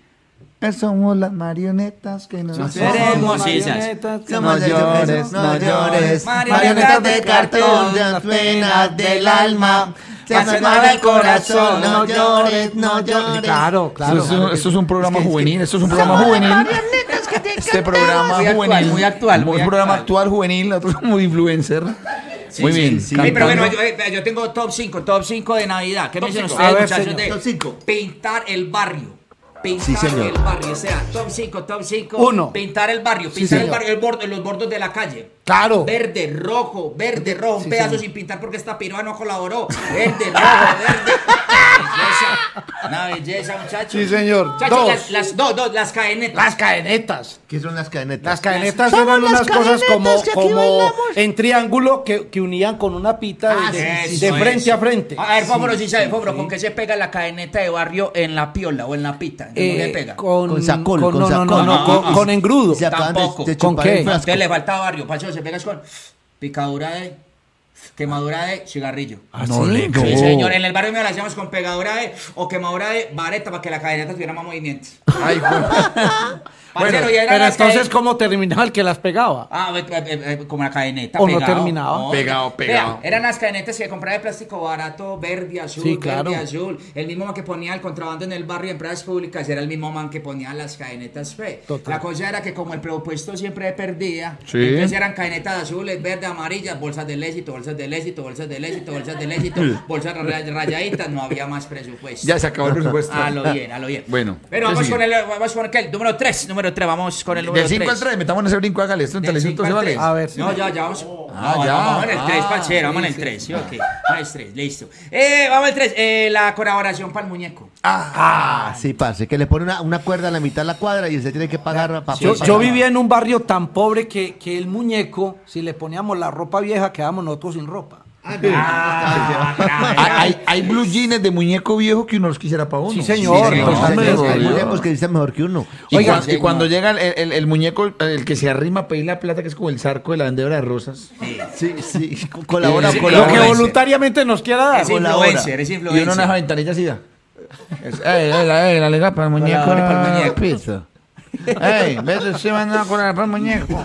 "Eh, Somos las marionetas que nos Seremos Somos esas. marionetas, No llores, no llores, marionetas marionetas de de cartón, cartón, las penas del alma, se hacen me mal para al el corazón, corazón. no llores, no llores. Claro, claro. esto, es un, esto es un programa juvenil, esto es un programa Somos juvenil. marionetas que te Este cantamos. programa Muy actual, juvenil. muy actual, muy Un programa actual. actual juvenil, otro como influencer. muy bien. Sí, pero cantando. bueno, yo, eh, yo tengo top 5, top 5 de Navidad. ¿Qué me dicen cinco. ustedes, A ver, muchachos? señor. De Top cinco. Pintar el barrio. Pintar Sí, señor. el barrio, o sea, top 5, top 5. Uno. Pintar el barrio, Sí, pintar el señor. barrio, el borde, los bordos de la calle. Claro. Verde, rojo, verde, rojo, un Sí, pedazo señor. sin pintar porque esta piroa no colaboró. Verde, rojo, verde. Belleza. Una belleza, muchachos. Sí, señor. Muchachos, Dos. Las, las, dos, dos, las cadenetas. Las cadenetas. ¿Qué son las cadenetas? Las cadenetas Somos eran las unas cosas cadenetas como, que aquí como bailamos. en triángulo que, que unían con una pita Ah, de, de- Eso de frente es. a frente. A ver, Fóboro, si sabe, Fóboro, ¿con qué se pega la cadeneta de barrio en la piola o en la pita? ¿Con qué Eh, pega? con, Con sacol, con- con no, no, no, sacol. no, Ah, con, ah, ah. con engrudo. Se acaban de- Tampoco. de ¿Con chupar el qué? frasco. Usted le falta barrio, Pacho, se pegas con picadura de quemadura de cigarrillo. Ah, No le Sí, creo. señor, en el barrio mío la hacíamos con pegadura de o quemadura de vareta para que la cadeneta tuviera más movimiento. Ay, bueno. Parcero, y eran Pero las entonces, caden- ¿cómo terminaba el que las pegaba? Ah, eh, eh, eh, como la cadeneta. O no pegado. terminaba. Pegado, pegado. Vea, eran las cadenetas que compraba de plástico barato, verde, azul, Sí, verde, claro. azul. El mismo man que ponía el contrabando en el barrio en empresas públicas era el mismo man que ponía las cadenetas fe. Total. La cosa era que como el presupuesto siempre perdía, Sí. entonces eran cadenetas azules, verdes, amarillas, bolsas del éxito, bolsas del éxito, bolsas del éxito, bolsas del éxito, bolsas ra- rayaditas, no había más presupuesto. Ya se acabó el presupuesto. A Ah, lo bien, a lo bien. Bueno, Pero ¿qué vamos sigue? con, el, vamos con el número 3, número 3, vamos con el número Del 3. 5 al 3, metamos ese brinco, hágale esto en Del cinco Telecinco, ¿se al vale? tres. A ver, sí. No, ya, ya vamos. Ah, No, ya. Vamos en el 3, Ah, Pachero. Vamos en el sí, 3. Sí, ok. Vamos en el 3, listo. Eh, vamos al 3. Eh, la colaboración para el muñeco. Ah, sí, parce, que le pone una, una cuerda a la mitad de la cuadra y usted tiene que pagar para Yo, poder yo pagar. vivía en un barrio tan pobre que, que el muñeco, si le poníamos la ropa vieja, quedábamos nosotros sin ropa. Ah, grave, grave. Hay, hay blue jeans de muñeco viejo que uno los quisiera para uno. Sí, señor, Sí, Entonces, totalmente. hay Hombre, Totalmente. Dios. muñecos que dicen mejor que uno. Y, Oiga, cuan- y señor. cuando llega el, el- el muñeco, el que se arrima a pedir la plata, que es como el zarco de la vendedora de rosas. Sí, sí, co- colabora, Sí, sí, Lo que colabora. voluntariamente nos quiera dar. Es influencer, es Y uno en las influencer. ventanillas así da. Es, ey, ey, la, ey, la lega para el muñeco. Colabore para el muñeco. Piso. Ey, vete, se van a colar para el muñeco.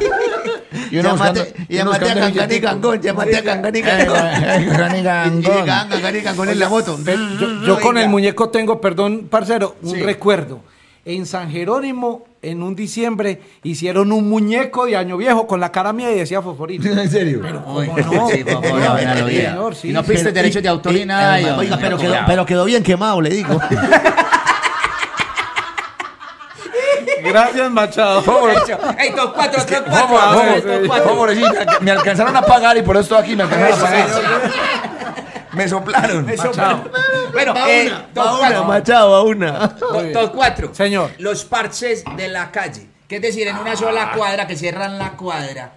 Y uno Llamate- buscando- y y uno llamate a buscando Cangán y billetico. Cangón, llamate a Cangán y Eh, Cangón. Cangán y Cangón. Y llegaban Cangán y Cangón en la moto. Pe- yo, yo con el muñeco tengo, perdón, parcero, un Sí. recuerdo. En San Jerónimo, en un diciembre, hicieron un muñeco de año viejo con la cara mía y decía fosforito. ¿En serio? Uy, no? pues. sí, por favor, ahora lo vi. Señor, sí. Y no piste Pero- derechos y- de autor y- ni nada. yo- Oiga, pero yo- quedó, pero quedó bien quemado, le digo. Gracias, Machado. Derecho. Ey, top cuatro, top cuatro, Vamos, ahora vamos, es top vamos, cuatro. pobrecita, Me alcanzaron a pagar y por eso estoy aquí. Me alcanzaron a pagar. Me soplaron. Bueno, Va eh, una, top va una, cuatro. machado, va una. To- Top cuatro. Señor. Los parches de la calle. Que es decir, en una sola cuadra, que cierran la cuadra.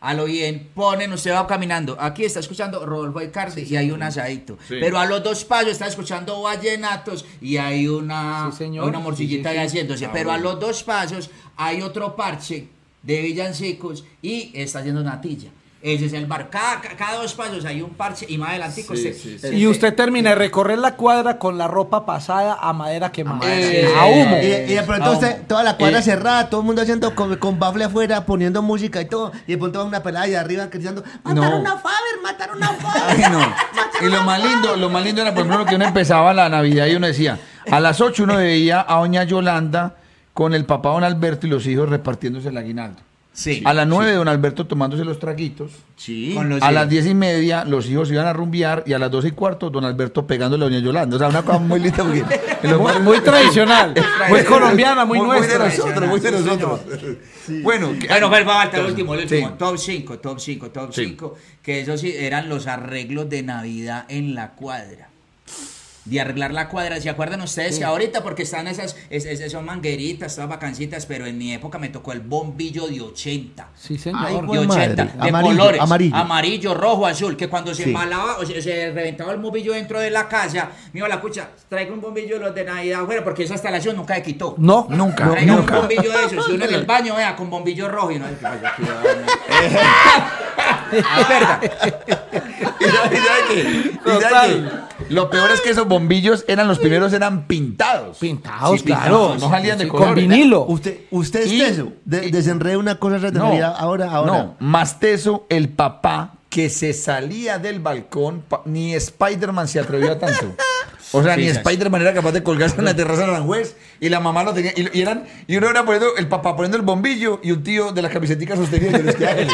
A lo bien, ponen, usted va caminando. Aquí está escuchando Rodolfo Icardi y hay un asadito. Pero a los dos pasos está escuchando vallenatos y hay una, Sí, señor. una morcillita Sí, Ah, sí, de sí. haciéndose. Pero a los dos pasos hay otro parche de villancicos y está haciendo natilla. Ese es el bar. Cada, cada dos pasos hay un parche y más adelantico usted- Y usted termina de recorrer la cuadra con la ropa pasada a madera quemada. madera, sí. a humo. Y, y de pronto Ah, usted, toda la cuadra eh. cerrada, todo el mundo haciendo con, con bafle afuera, poniendo música y todo. Y de pronto va una pelada de arriba gritando, mataron No. a Faber, mataron a Faber. Ay, no. Y lo más lindo, lo más lindo era, por ejemplo, que uno empezaba la Navidad y uno decía, a las 8 uno veía a doña Yolanda con el papá don Alberto y los hijos repartiéndose el aguinaldo. Sí. a las 9 don Alberto tomándose los traguitos. Sí. Con los a hijos. las diez y media los hijos iban a rumbear y a las 12 y cuarto don Alberto pegándole a doña Yolanda. O sea, una cosa muy linda porque... en los Muy, bares- muy tradicional, muy colombiana, muy, de nuestra. nosotros, muy de nosotros. Bueno, que- Bueno, pues va a faltar el último, el último. Sí. Top 5, top 5, top Sí. 5. Que eso sí, eran los arreglos de Navidad en la cuadra. De arreglar la cuadra, ¿se acuerdan ustedes que ahorita? Porque están esas, es- es- esas mangueritas, todas vacancitas, pero en mi época me tocó el bombillo de 80. Sí, Ay, señor. De Jue madre. 80, de Amarillo, colores, amarillo. amarillo. rojo, azul, que cuando se Sí. embalaba, o sea, se reventaba el bombillo dentro de la casa, me iba la cucha, traigo un bombillo de los de Navidad afuera, porque esa instalación nunca se quitó. No, Nunca, Traiga un nunca. bombillo de esos. Si uno en el baño, vea, con bombillo rojo y no. ¿qué pasó aquí? Ah, verdad. ¿Y sabe- y sabe qué? ¿Y sabe Total. qué? Lo peor es que esos bombillos eran los primeros, eran pintados. pintados, Sí, claro. pintados, no salían de Sí, color. Con vinilo. Usted, usted es Y- teso. De- y- desenrede una cosa de Navidad ahora, ahora. No, más teso el papá que se salía del balcón, pa- ni Spider-Man se atrevió a tanto. O sea, ni Fijas. Spider-Man era capaz de colgarse en la terraza de Aranjuez y la mamá lo tenía. Y, y eran, y uno era poniendo, el papá poniendo el bombillo y un tío de las camisetas sostenidas. y yo, "Es que hágale".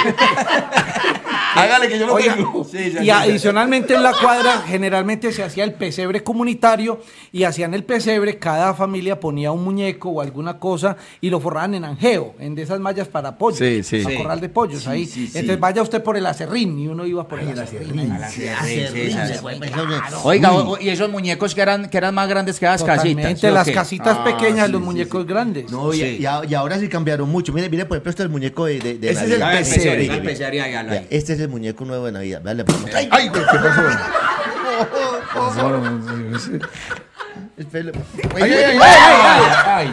hágale que yo lo Oiga, tengo. y adicionalmente en la cuadra generalmente se hacía el pesebre comunitario y hacían el pesebre, cada familia ponía un muñeco o alguna cosa y lo forraban en anjeo, en de esas mallas para pollos, Sí, sí. para Sí. corral de pollos ahí. Entonces vaya usted por el acerrín y uno iba por el acerrín. A la Sí, mierda, hace sí, Mm. risa, sí, güey, sí. claro. Oiga, o- o- y esos muñecos que eran, que eran más grandes que las casitas. ¿sí Totalmente, o las qué? casitas Ah, pequeñas, sí, los sí, muñecos grandes. No, y, Sí. y a- y ahora sí cambiaron mucho. Mire, mire, por ejemplo, este es el muñeco de, de, de Ese es el Navidad. Ah, el pesebre, pesebre. el pesebre, ahí, ahí, Vea, ahí. Este es el muñeco nuevo de Navidad. Vea, le ponemos- Ay, ¡Ay! ay, ¿qué pasó? Ay, Espere- ay, ay, ay, ay,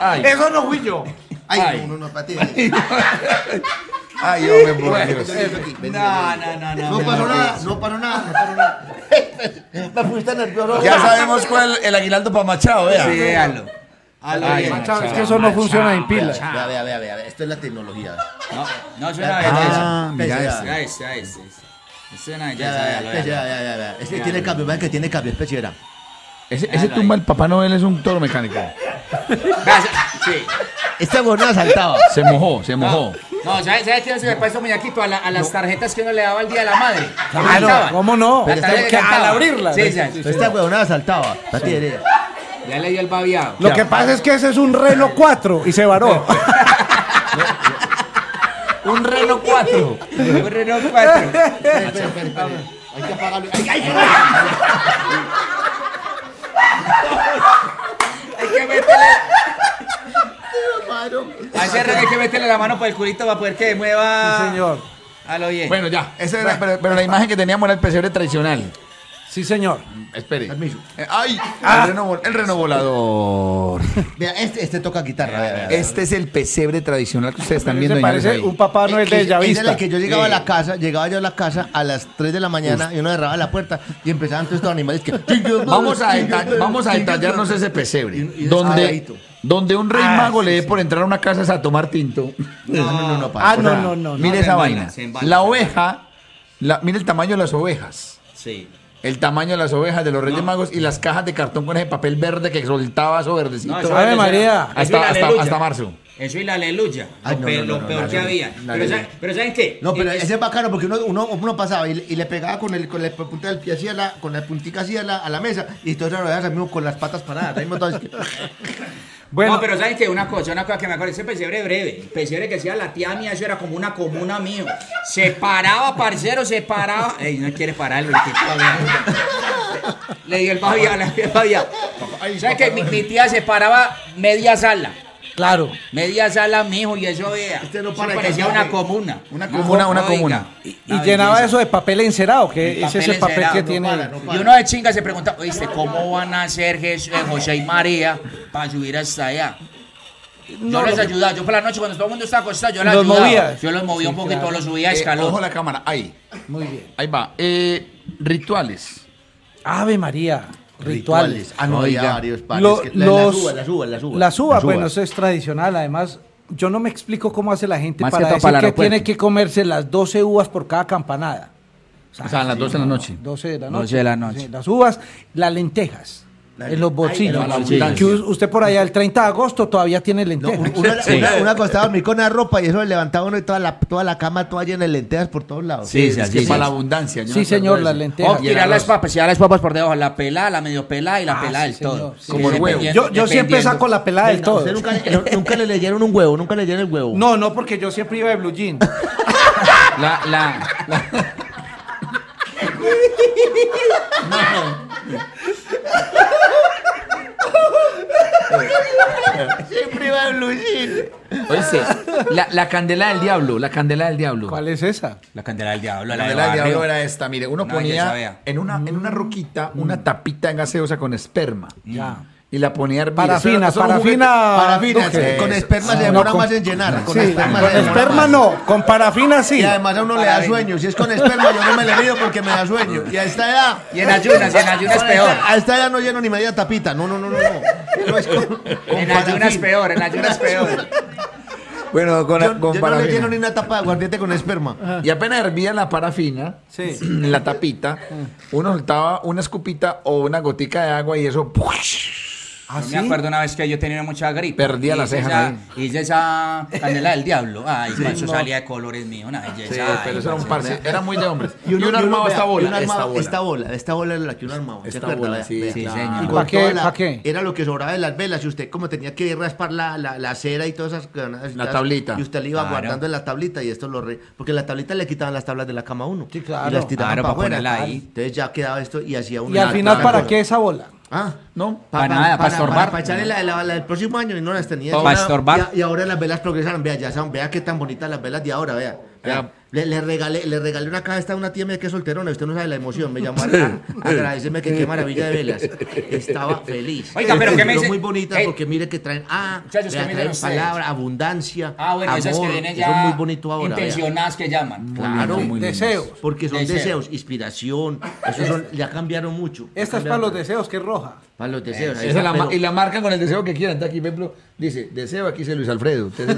ay, ay, Eso no fui yo. Ay, Ay. no, no, no, patea. ay, hombre, por Dios. No, no, no, no. No no, pasó no. nada, no pasó nada, no pasó nada. Me pusiste nervioso. Ya sabemos cuál el aguinaldo para Machado, vea. Sí, véalo. A lo Ay, bien. Machado, es que eso no funciona en Vea, pilas. vea, vea, vea, vea, esto es la tecnología. No, no, suena Ah, belleza. mira Espere, ese. vea, Ahí está, ahí está. ahí está. Suena Ya, belleza, ya, véalo, ya, ya, véalo. ya, ya, ya. Este tiene cambio, vean que tiene cambio, especie, verá. Ese, ese tumba el Papá Noel es un toro mecánico. Sí. Este gordo asaltaba. Se mojó, se mojó. No, ¿sabes, ¿sabes quién se me puesto muñequito? A, la- a las tarjetas que uno le daba el día de la madre. Claro, Cantaban. ¿cómo no? La tarjeta Que al cantaba. abrirla. Sí, sí, sí. Esta huevonada saltaba. este La tiene. Ya le dio el babiado. Lo que pasa es que ese es un Renault 4 y se varó. Un reno 4. Un Renault 4. Espere, espere, espere, espere. Hay que apagarlo. Ay, ay, ay. Hay que meterle. A ese rey hay que meterle la mano por el culito para poder que mueva. Sí, señor. A lo bien. Bueno, ya. esa era- pero, pero la imagen que teníamos era el pesebre tradicional. Sí, señor. Espere. Permiso. Eh, ¡Ay! El, reno, el renovolador. Vea, este, este toca guitarra. vea, vea, vea. Este es el pesebre tradicional que ustedes están Ese viendo. señores, parece ahí. un papá Eh, no es que- de ella ese era el vista. que yo llegaba a la casa, llegaba yo a la casa a las 3 de la mañana y uno cerraba la puerta y empezaban todos estos animales que. Vamos a, deta- vamos a detallarnos ese pesebre. Y- y- Donde, Saladito. donde un rey Ah, mago le dé por entrar a una casa es a tomar tinto. No, no, no, no, Ah, parce. no, no, no. no. Mire se esa embala, vaina. se embala. La oveja, la, mire el tamaño de las ovejas. Sí. El tamaño de las ovejas de los Reyes Magos y las cajas de cartón con ese papel verde que soltaba eso verdecito. eso Ave María. Hasta- hasta- hasta marzo. Eso y la aleluya. Ay, lo no, pe- no, no, lo no, peor no, que no, había. no, pero, no, ¿saben, pero ¿saben qué? No, pero Eh, ese es bacano porque uno, uno, uno pasaba y, le- y le pegaba con, el, con la punta del pie así a la, con la puntica así a la, a la mesa y todas las orejas al mismo con las patas paradas. ahí mismo todas- Bueno, No, pero ¿saben qué? Una cosa, una cosa que me acuerdo, ese pesebre breve, el pesebre que hacía la tía mía, eso era como una comuna mío. Se paraba, parcero, se paraba. Ey, no quiere parar, el que Le digo el Fabián, le digo el Fabián. ¿Sabes qué? Mi, mi tía se paraba media sala, claro. media sala, mijo, y eso vea. Usted no eso para de parecía cantar, una eh. comuna. Una comuna, una oiga, comuna. Y, y la llenaba belleza. eso de papel encerado, que El ese es el papel encerado, que no tiene. para, no para. Y uno de chinga se pregunta, oíste, ¿cómo van a hacer Jesús- eh, José y María para subir hasta allá? Yo No, les lo- ayudaba, yo por la noche cuando todo el mundo estaba acostado, yo les Los ayudaba. movías. Yo los movía un Sí, poquito, claro. los subía a Eh, escalón. ojo la cámara, ahí. Muy bien. Ahí va. Eh, rituales. Ave María, rituales. Ah, no, Oiga. había varios pares. Lo- que- la- los- las uvas, las uvas, las uvas. Las uvas, Las bueno, eso es tradicional. Además, yo no me explico cómo hace la gente Más que para todo decir para el que aeropuerto. tiene que comerse las 12 uvas por cada campanada. O sea, a las 12 de la noche. 12 de la noche. 12 de la noche. Sí, las uvas, las lentejas. En los bolsillos. Ay, en los bolsillos. Que u- usted por allá el 30 de agosto todavía tiene lentejas. Uno, una, Sí. una- una acostaba a dormir con la ropa y eso levantaba uno y toda la, toda la cama toda llena de lentejas por todos lados. Sí, sí, es así que es. para la abundancia. Sí, yo me acuerdo señor, de las eso. lentejas. Oh, y el Tirar las arroz. papas, tirar las papas por debajo, la pelada, la medio pelada y la Ah, pelada sí, del todo. señor, sí, Como el huevo. dependiendo- yo yo siempre dependiendo. saco la pelada del Venga, Ah, todo. usted nunca, le- no- nunca le leyeron un huevo, nunca le leyeron el huevo. No, no, porque yo siempre iba de blue jean. La, la, la- Siempre iba a lucir. oíste, la, la candela del diablo, la candela del diablo. ¿Cuál es esa? La candela del diablo, la, La de candela del barrio. diablo era esta, mire, uno Una ponía belleza, vea. en una, en una roquita una tapita de gaseosa con esperma. Ya. Y la ponía a hervir. Parafina, Eso era- eso era un juguete- parafina, Parafina, Duque. con esperma se Ah, demora no, con- más en llenar. Con Sí, esperma, con se demora esperma más. no, con parafina sí. Y además a uno le da sueño. Si es con esperma, yo no me le mido porque me da sueño. Y a esta edad. Y en ayunas, y en ayunas Con peor. esta- a esta edad no lleno ni media tapita. No, no, no, no. no. No es con- con En ayunas parafina. peor, en ayunas peor. Bueno, con, Yo, con yo no parafina. le lleno ni una tapa de aguardiente con esperma. Y apenas hervía la parafina, Sí. en la tapita, uno soltaba una escupita o una gotica de agua y eso ¡push! ¿Ah, Yo sí? me acuerdo una vez que yo tenía mucha gripe. Perdía la Hice ceja, esa- Nadine. Hice esa candela del diablo. Ay, cuando eso salía de colores mío, una belleza. Sí, Ay, pero eso era un parce. parce, era muy de hombres. Y Y uno- y uno uno, armaba vea, esta y uno bola, esta armaba bola. Esta bola, esta bola era la que uno armaba. ¿se Esta acuerda? bola, Vea, sí, vea. sí, Y señor. con ¿Pa' qué? toda la- ¿Pa' qué? Era lo que sobraba de las velas. Y usted, como tenía que raspar la, la, la cera y todas esas cosas. La tablita. Y usted le iba Claro. guardando en la tablita. Y esto lo re. Porque la tablita le quitaban las tablas de la cama a uno. Sí, claro. Y las tiraban Claro, para para afuera. ponerla ahí. Entonces ya quedaba esto y hacía una. ¿Y al final una para cosa. qué esa bola? Ah. ¿No? Pa' nada, pa' estorbar. Para, echarle la, la- la del próximo año y no las tenía. Pa' Y ahora- estorbar. Y, y ahora las velas progresaron. Vea, ya son, vea qué tan bonitas las velas de ahora, vea. vea. Vea. Le, le regalé, le regalé una caja esta a una tía mía que es solterona. Usted no sabe la emoción. Me llamó a a agradecerme que qué maravilla de velas. Estaba feliz. Oiga, pero ¿qué me dice? Muy bonitas Ey. porque mire que traen. Ah, Muchachos, vea, ¿qué me traen dicen palabra, abundancia. Ah, bueno, esas que amor. vienen Eso es ya. muy bonito ahora. vea. Intencionadas que llaman. Claro, Muy lindas. Deseos. porque son Deseo. deseos, inspiración. Eso son, ya cambiaron mucho. ya Esta es para cambiaron los mucho. deseos, que es roja. Para Eh, los deseos. ahí Esa está, la ma- pero- y la marcan con el deseo que quieran. Está aquí, por ejemplo, dice, deseo, aquí dice Luis Alfredo. Entonces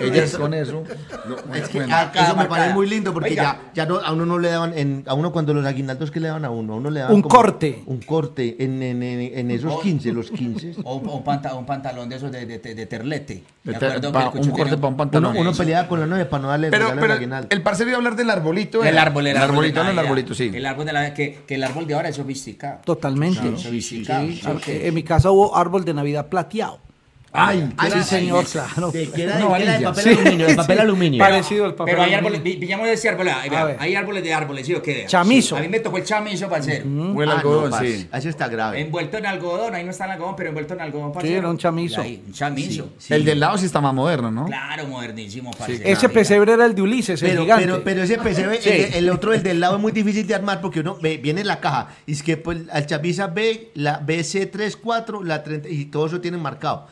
ellas, ellas con eso. no, Es que ah, bueno. a- cada eso me marcada. parece muy lindo porque Oiga. ya, ya no, a uno no le daban, en, a uno cuando los aguinaldos que le daban a uno, a uno le daban Un corte. Un corte en, en, en- en esos Oh. 15, los 15. O un, o un panta- un pantalón de esos de, de- de- de terlete. De Me ter- acuerdo que pa- el un cucho tenía corte para un Uno, pantalón. uno peleaba con la novia para no darle el pero, regalo pero al aguinaldo. el parcero iba a hablar del arbolito. El era. árbol era El arbolito, no, el Navidad. arbolito, sí. El árbol de la que, que el árbol de ahora es sofisticado. Totalmente. Claro, sofisticado. Sí, porque en mi casa hubo árbol de Navidad plateado. Ay, Ah, Ay, qué sí, señor, claro. Te queda, Una queda de varilla, papel sí. aluminio, de papel aluminio. Parecido al papel. Pero hay aluminio. árboles, vi- pillamos de ese árbol, ah, vea, ver. hay árboles de árboles, ¿sí o qué? Chamizo. Sí, A mí me tocó el chamizo, parcero. Huele Ah, algodón, no, parce, sí. Eso está grave. Envuelto en algodón, ahí no está el algodón, pero envuelto en algodón, parcero. era un chamizo. Y ahí, un chamizo. Sí. El del lado sí está más moderno, ¿no? Claro, modernísimo, parcero. Ese pesebre era el de Ulises, el Pero, gigante. pero, pero ese PCB, el, de- el otro, el del lado, es muy difícil de armar porque uno ve- viene la caja. Y es que pues, al chapiza B, la BC34, la 30, y todo eso tiene marcado.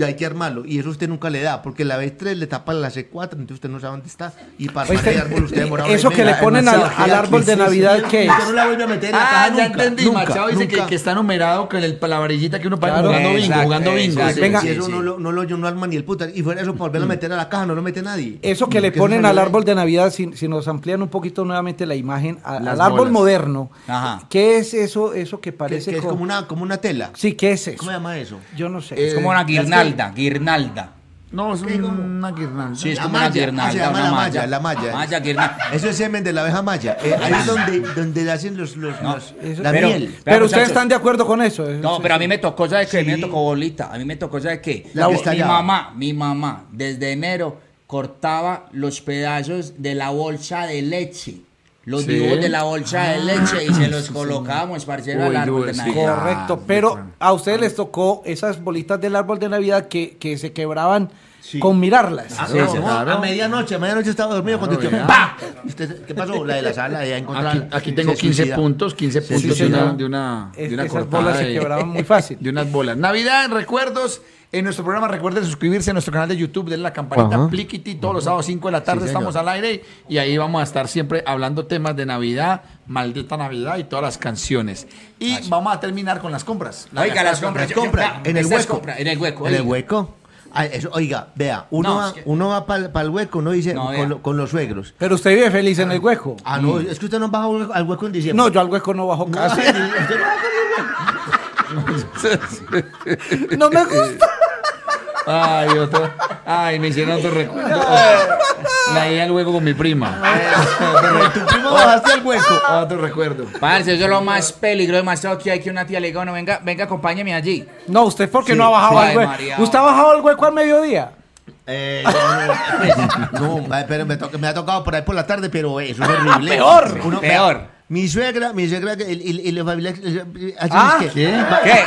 Y hay que armarlo. Y eso usted nunca le da, porque la B3 le tapa la C4, entonces usted no sabe dónde está. Y para armar Oíste, el árbol usted demora hora y eso que media. le ponen al, además se la al queda árbol aquí, de sí, Navidad, ¿qué es? Usted no la vuelve a meter en la Ah, caja ya nunca, entendí. nunca, Machado dice que, nunca. que está numerado con el, la varillita que uno pone Claro. jugando bingo, Exacto, jugando bingo. exacto. Venga. Si Sí, eso sí. no lo, no lo yo no arma ni el puta. Y fuera eso, para volverlo a meter a la caja, no lo mete nadie. Mm. Eso que le no ponen salió al de- árbol de Navidad, si, si nos amplían un poquito nuevamente la imagen, a- Las al árbol bolas. moderno, Ajá. ¿qué es eso, eso que Que, parece que es con- como una, como una tela. Sí, ¿qué es eso? ¿Cómo se llama eso? Yo no sé. Eh, Es como una guirnalda, guirnalda. No, es una guirnalda. Sí, es La como una malla, guirnalda. se llama una la malla, la malla. eh. Malla, guirnalda. Eso es semen de la abeja maya. Eh, ahí es donde, donde hacen los, los, No, los- eso- la pero- miel. Pero ustedes muchachos. están de acuerdo con eso. No, pero a mí me tocó, ¿sabes qué? A mí me Sí. tocó bolita. A mí me tocó, ¿sabes qué? La que está mi allá. mamá, mi mamá, desde enero cortaba los pedazos de la bolsa de leche. Los Sí. dibujos de la bolsa Ah, de leche y se los colocábamos, parcero, al Uy, árbol de dulce. Navidad. Correcto, Ah, pero diferente. a ustedes les tocó esas bolitas del árbol de Navidad que, que se quebraban Sí. con mirarlas. Ah, Sí, no, sí, no, claro. A medianoche, a medianoche estaba dormido Claro, cuando usted, ya. ¡pa! Usted- ¿Qué pasó? La de la sala, ya Aquí, encontrarla. aquí tengo 15 puntos, 15 puntos de, señor. una, de una, Es- de una esas cortada bolas se de- quebraban muy fácil. De unas bolas. Navidad, recuerdos. En nuestro programa recuerden suscribirse a nuestro canal de YouTube, denle la campanita Ajá. Pliquiti todos los sábados 5 de la tarde Sí, señor. estamos al aire y ahí vamos a estar siempre hablando temas de Navidad, maldita Navidad y todas las canciones. Y vamos a terminar con las compras. Oiga, gastada las compras, con- yo- Compra, Yo- en el estas hueco. compra, en el hueco, En el oiga. hueco. Ah, eso, oiga, vea, uno No, va, es que- uno va para el hueco, uno dice No, vea. Mm. con, lo- con los suegros. Pero usted vive feliz en el hueco. Ah, no, es que usted no baja al hueco- al hueco en diciembre. No, yo al hueco no bajo Ah, sí, casi. usted no baja con el hueco. No me gusta. Ay, otro- ay, me hicieron otro recuerdo. La idea luego con mi prima. Pero tu primo bajaste al hueco. Otro recuerdo. Parce, eso es lo más peligroso, demasiado que hay que una tía le diga, no, venga, venga, acompáñeme allí. No, usted porque Sí, no ha bajado sí. al Ay, hueco. María. ¿Usted ha bajado al hueco al mediodía? Eh, no, no, pero me, toca- me ha tocado por ahí por la tarde, pero eso es horrible. Ah, vea, Peor, peor. Mi suegra, mi suegra, el, el, el, familiar- el- así Ah, es que- va- ¿Qué?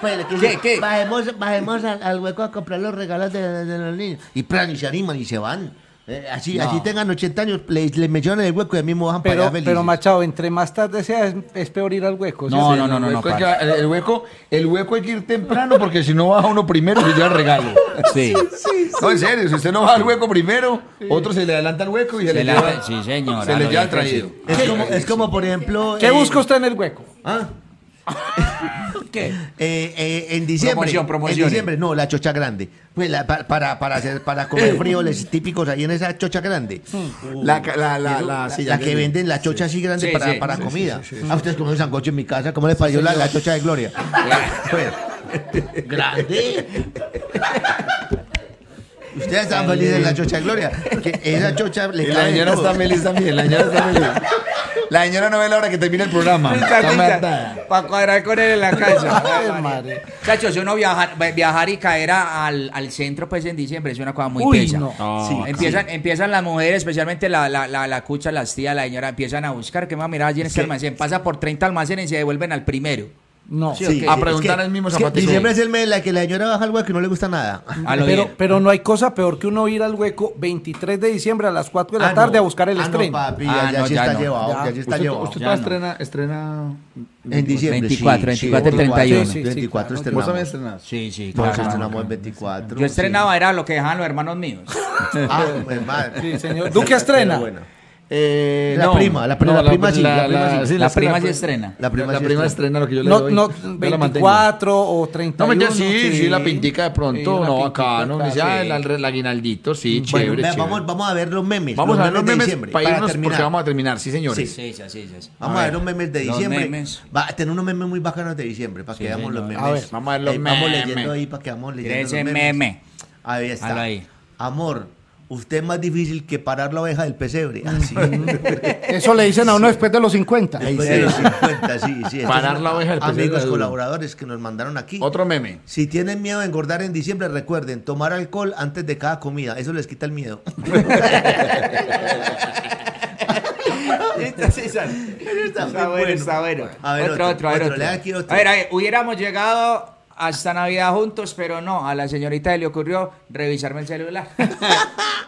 pues, que ¿Qué, dice, qué? Bajemos, bajemos al, al hueco a comprar los regalos de, de los niños. Y plan, y se animan y se van. Eh, así, así tengan 80 años, le, le mencionan el hueco y a mí me bajan para Pero, allá felices. pero Machado, entre más tarde sea, es, es peor ir al hueco. ¿sí? No, Sí, no, no, no, el no. hueco es es que el, el hueco, el hueco hay que ir temprano porque si no baja uno primero se lleva el regalo. Sí. No, en serio, si usted no baja al hueco primero, otro se le adelanta al hueco y se, le Se la- lleva. sí, señora, Se le lo lleva el dije, traído. sí. es, como, es como, por ejemplo. que- ¿Qué eh, busca usted en el hueco? ¿ah? ¿Qué? Eh, eh, en diciembre. Promoción, promociones. En diciembre, no, la chocha grande. Pues la- pa- para, para, hacer, para comer frijoles típicos ahí en esa chocha grande. La, ca- la, la, la, La, sí, la ya que vi. venden la chocha así grande Sí, para, sí, para sí, comida. Ah, ustedes comieron sancocho en mi casa. ¿Cómo les pareció la, la chocha de Gloria? Pues, grande. Ustedes están felices de la chocha de Gloria. Que esa chocha le Y la cae de señora todo. está feliz también, la señora está feliz. La señora no ve la hora que termina el programa. Está matada. Para cuadrar con él en la Ay, cancha. madre. Chachos, si uno viajar, viajar y caer a- al, al centro pues en diciembre es una cosa muy Uy, pesa. no. Sí, empiezan, empiezan las mujeres, especialmente la, la, la, la cucha, las tías, la señora, empiezan a buscar que me va a mirar allí en este almacén. Pasa por 30 almacenes y se devuelven al primero. No. Sí, ¿o qué? es A que- preguntar al mismo es que zapatero. Diciembre es el mes en la que la señora baja el hueco y no le gusta nada. Ah, A lo pero, bien. pero no hay cosa peor que uno ir al hueco 23 de diciembre a las 4 de la Ah, tarde no. a buscar Ah, el no, estreno. papi, Ah, ya, ya no, sí ya está no. llevado, ya, Ya. sí está Usted, llevado. usted Ya todavía no. estrena, estrena. En diciembre, 24, 24, 31. Sí, sí, sí, 24 claro. ¿Vos también estrenamos. estrenás? Sí, sí, Nosotros claro. estrenamos el 24. Yo estrenaba, era lo que dejaban los hermanos míos. sí. Ah, pues, madre. Sí, señor. ¿Duque estrena? Pero bueno. Eh, La prima, la prima- la prima sí, la prima sí. La prima pri- sí estrena. La prima la sí prima estrena. estrena lo que yo le No, doy. no, Yo la mantengo. 24 o 31. No, mentira, sí, sí, la pintica de Sí, pronto, la no, pintica, acá, ¿no? claro, Dice, ah, sí. el, al- el aguinaldito, sí, Bueno, chévere, vea, chévere. Vamos, vamos a ver los memes. Vamos a ver los de memes diciembre, para irnos terminar. porque vamos a terminar, sí, señores. Sí. Sí, sí, sí. sí. Vamos a ver los memes de Los diciembre. memes. Va a tener unos memes muy bacanos de diciembre para que veamos los memes. A ver, vamos a ver los Ahí Vamos memes. leyendo ahí para que vamos leyendo. Ese los memes. meme. Ahí está. Halo ahí. Amor, usted es más difícil que parar la oveja del pesebre. Así. Eso le dicen a uno después de los 50. Después de los 50, sí, sí. Estos Parar son la oveja del pesebre Amigos es duro. colaboradores que nos mandaron aquí. Otro meme. Si tienen miedo de engordar en diciembre, recuerden tomar alcohol antes de cada comida. Eso les quita el miedo. Listo, César. Está, muy bueno, bueno. está bueno. A ver, otro, otro, otro, a ver, otro. otro. Lea aquí otro. A ver, a ver, hubiéramos llegado hasta Navidad juntos, pero no, a la señorita le ocurrió revisarme el celular.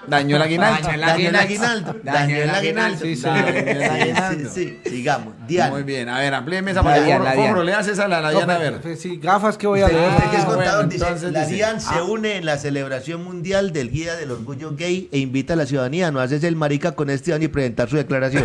Dañó el aguinaldo. Daño el Daniel aguinaldo. Aguinaldo. Daniel Aguinaldo. Sí, sí. Daniel Daniel Sí, Aguinaldo. sí, sí. Sigamos. Muy Diana. bien, a ver, amplíeme esa La palabra. Diana, la Fofro, Diana. le haces a la, la No, Diana, a pero, ver. pues, sí, gafas que voy a Usted leer. usted este que es Ah, bueno, contador, dice, entonces la dice, DIAN se une en la celebración mundial del Guía del Orgullo Gay e invita a la ciudadanía a no hacerse el marica con este año y presentar su declaración.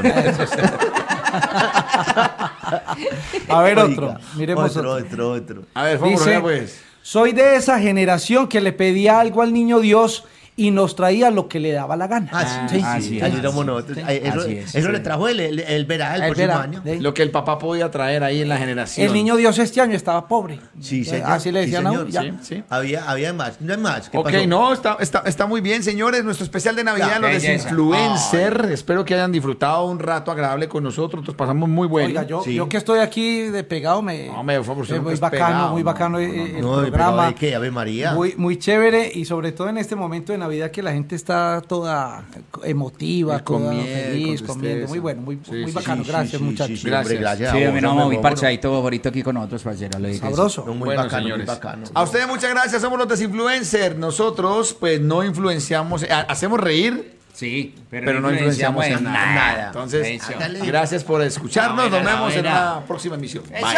A ver Oiga, otro. Miremos otro. Otro, otro. Ah, otro. A ver, Fofro, Dice, lea, pues. soy de esa generación que le pedía algo al niño Dios y nos traía lo que le daba la gana. Ah, sí, sí, sí, así sí, es, ahí así éramos es. nosotros. Ahí, Eso, Así es, eso sí. le trajo el, el, el verá el, El próximo verá, año. de- Lo que el papá podía traer ahí en la generación. El niño Dios este año estaba pobre. Sí, señor. ¿Eh? Así le sí, decían a uno, señor, ya. sí, Sí. Había, había más. No hay más. ¿Qué Ok, pasó? no, está, está, está muy bien, señores. Nuestro especial de Navidad, La los belleza. desinfluencer. Espero que hayan disfrutado un rato agradable con nosotros. Nos pasamos muy bueno. Oiga, yo, Sí. yo que estoy aquí de pegado me. Hombre, por favor, usted es nunca muy es bacano, pegado, muy no, bacano no, el, no, el No, pero programa. ¿de qué? Ave María. Muy, muy chévere y sobre todo en este momento de Navidad que la gente está toda emotiva, Y con toda miel, feliz, con comiendo. tristeza. Muy bueno, muy, Sí, muy sí, bacano. sí, Gracias, sí, muchachos. sí, sí, hombre, Gracias. gracias. Sí, a a vos, mí no, hombre, muy vámonos. parchadito, favorito aquí con nosotros, parcero. le dije. Sabroso. No, muy Bueno, bacano, señores. muy bacano. A ustedes muchas gracias, somos los desinfluencers. Nosotros, pues, no influenciamos, ha- hacemos reír, Sí, pero, pero, no influenciamos en nada. nada. Entonces, Eso. Ándale. gracias por escucharnos. La Nos buena, la vemos en buena. la próxima emisión. Bye. ¡Eso!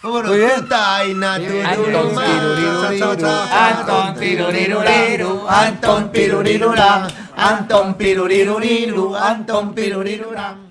Vámonos, Muy bien. tuta, y na, tu, tu, Anton, ma, tiruriru, cha, cha, riru. cha, Anton, tiruriru, riru. Anton pirurirura, Anton piruriruriru, Anton pirurirura.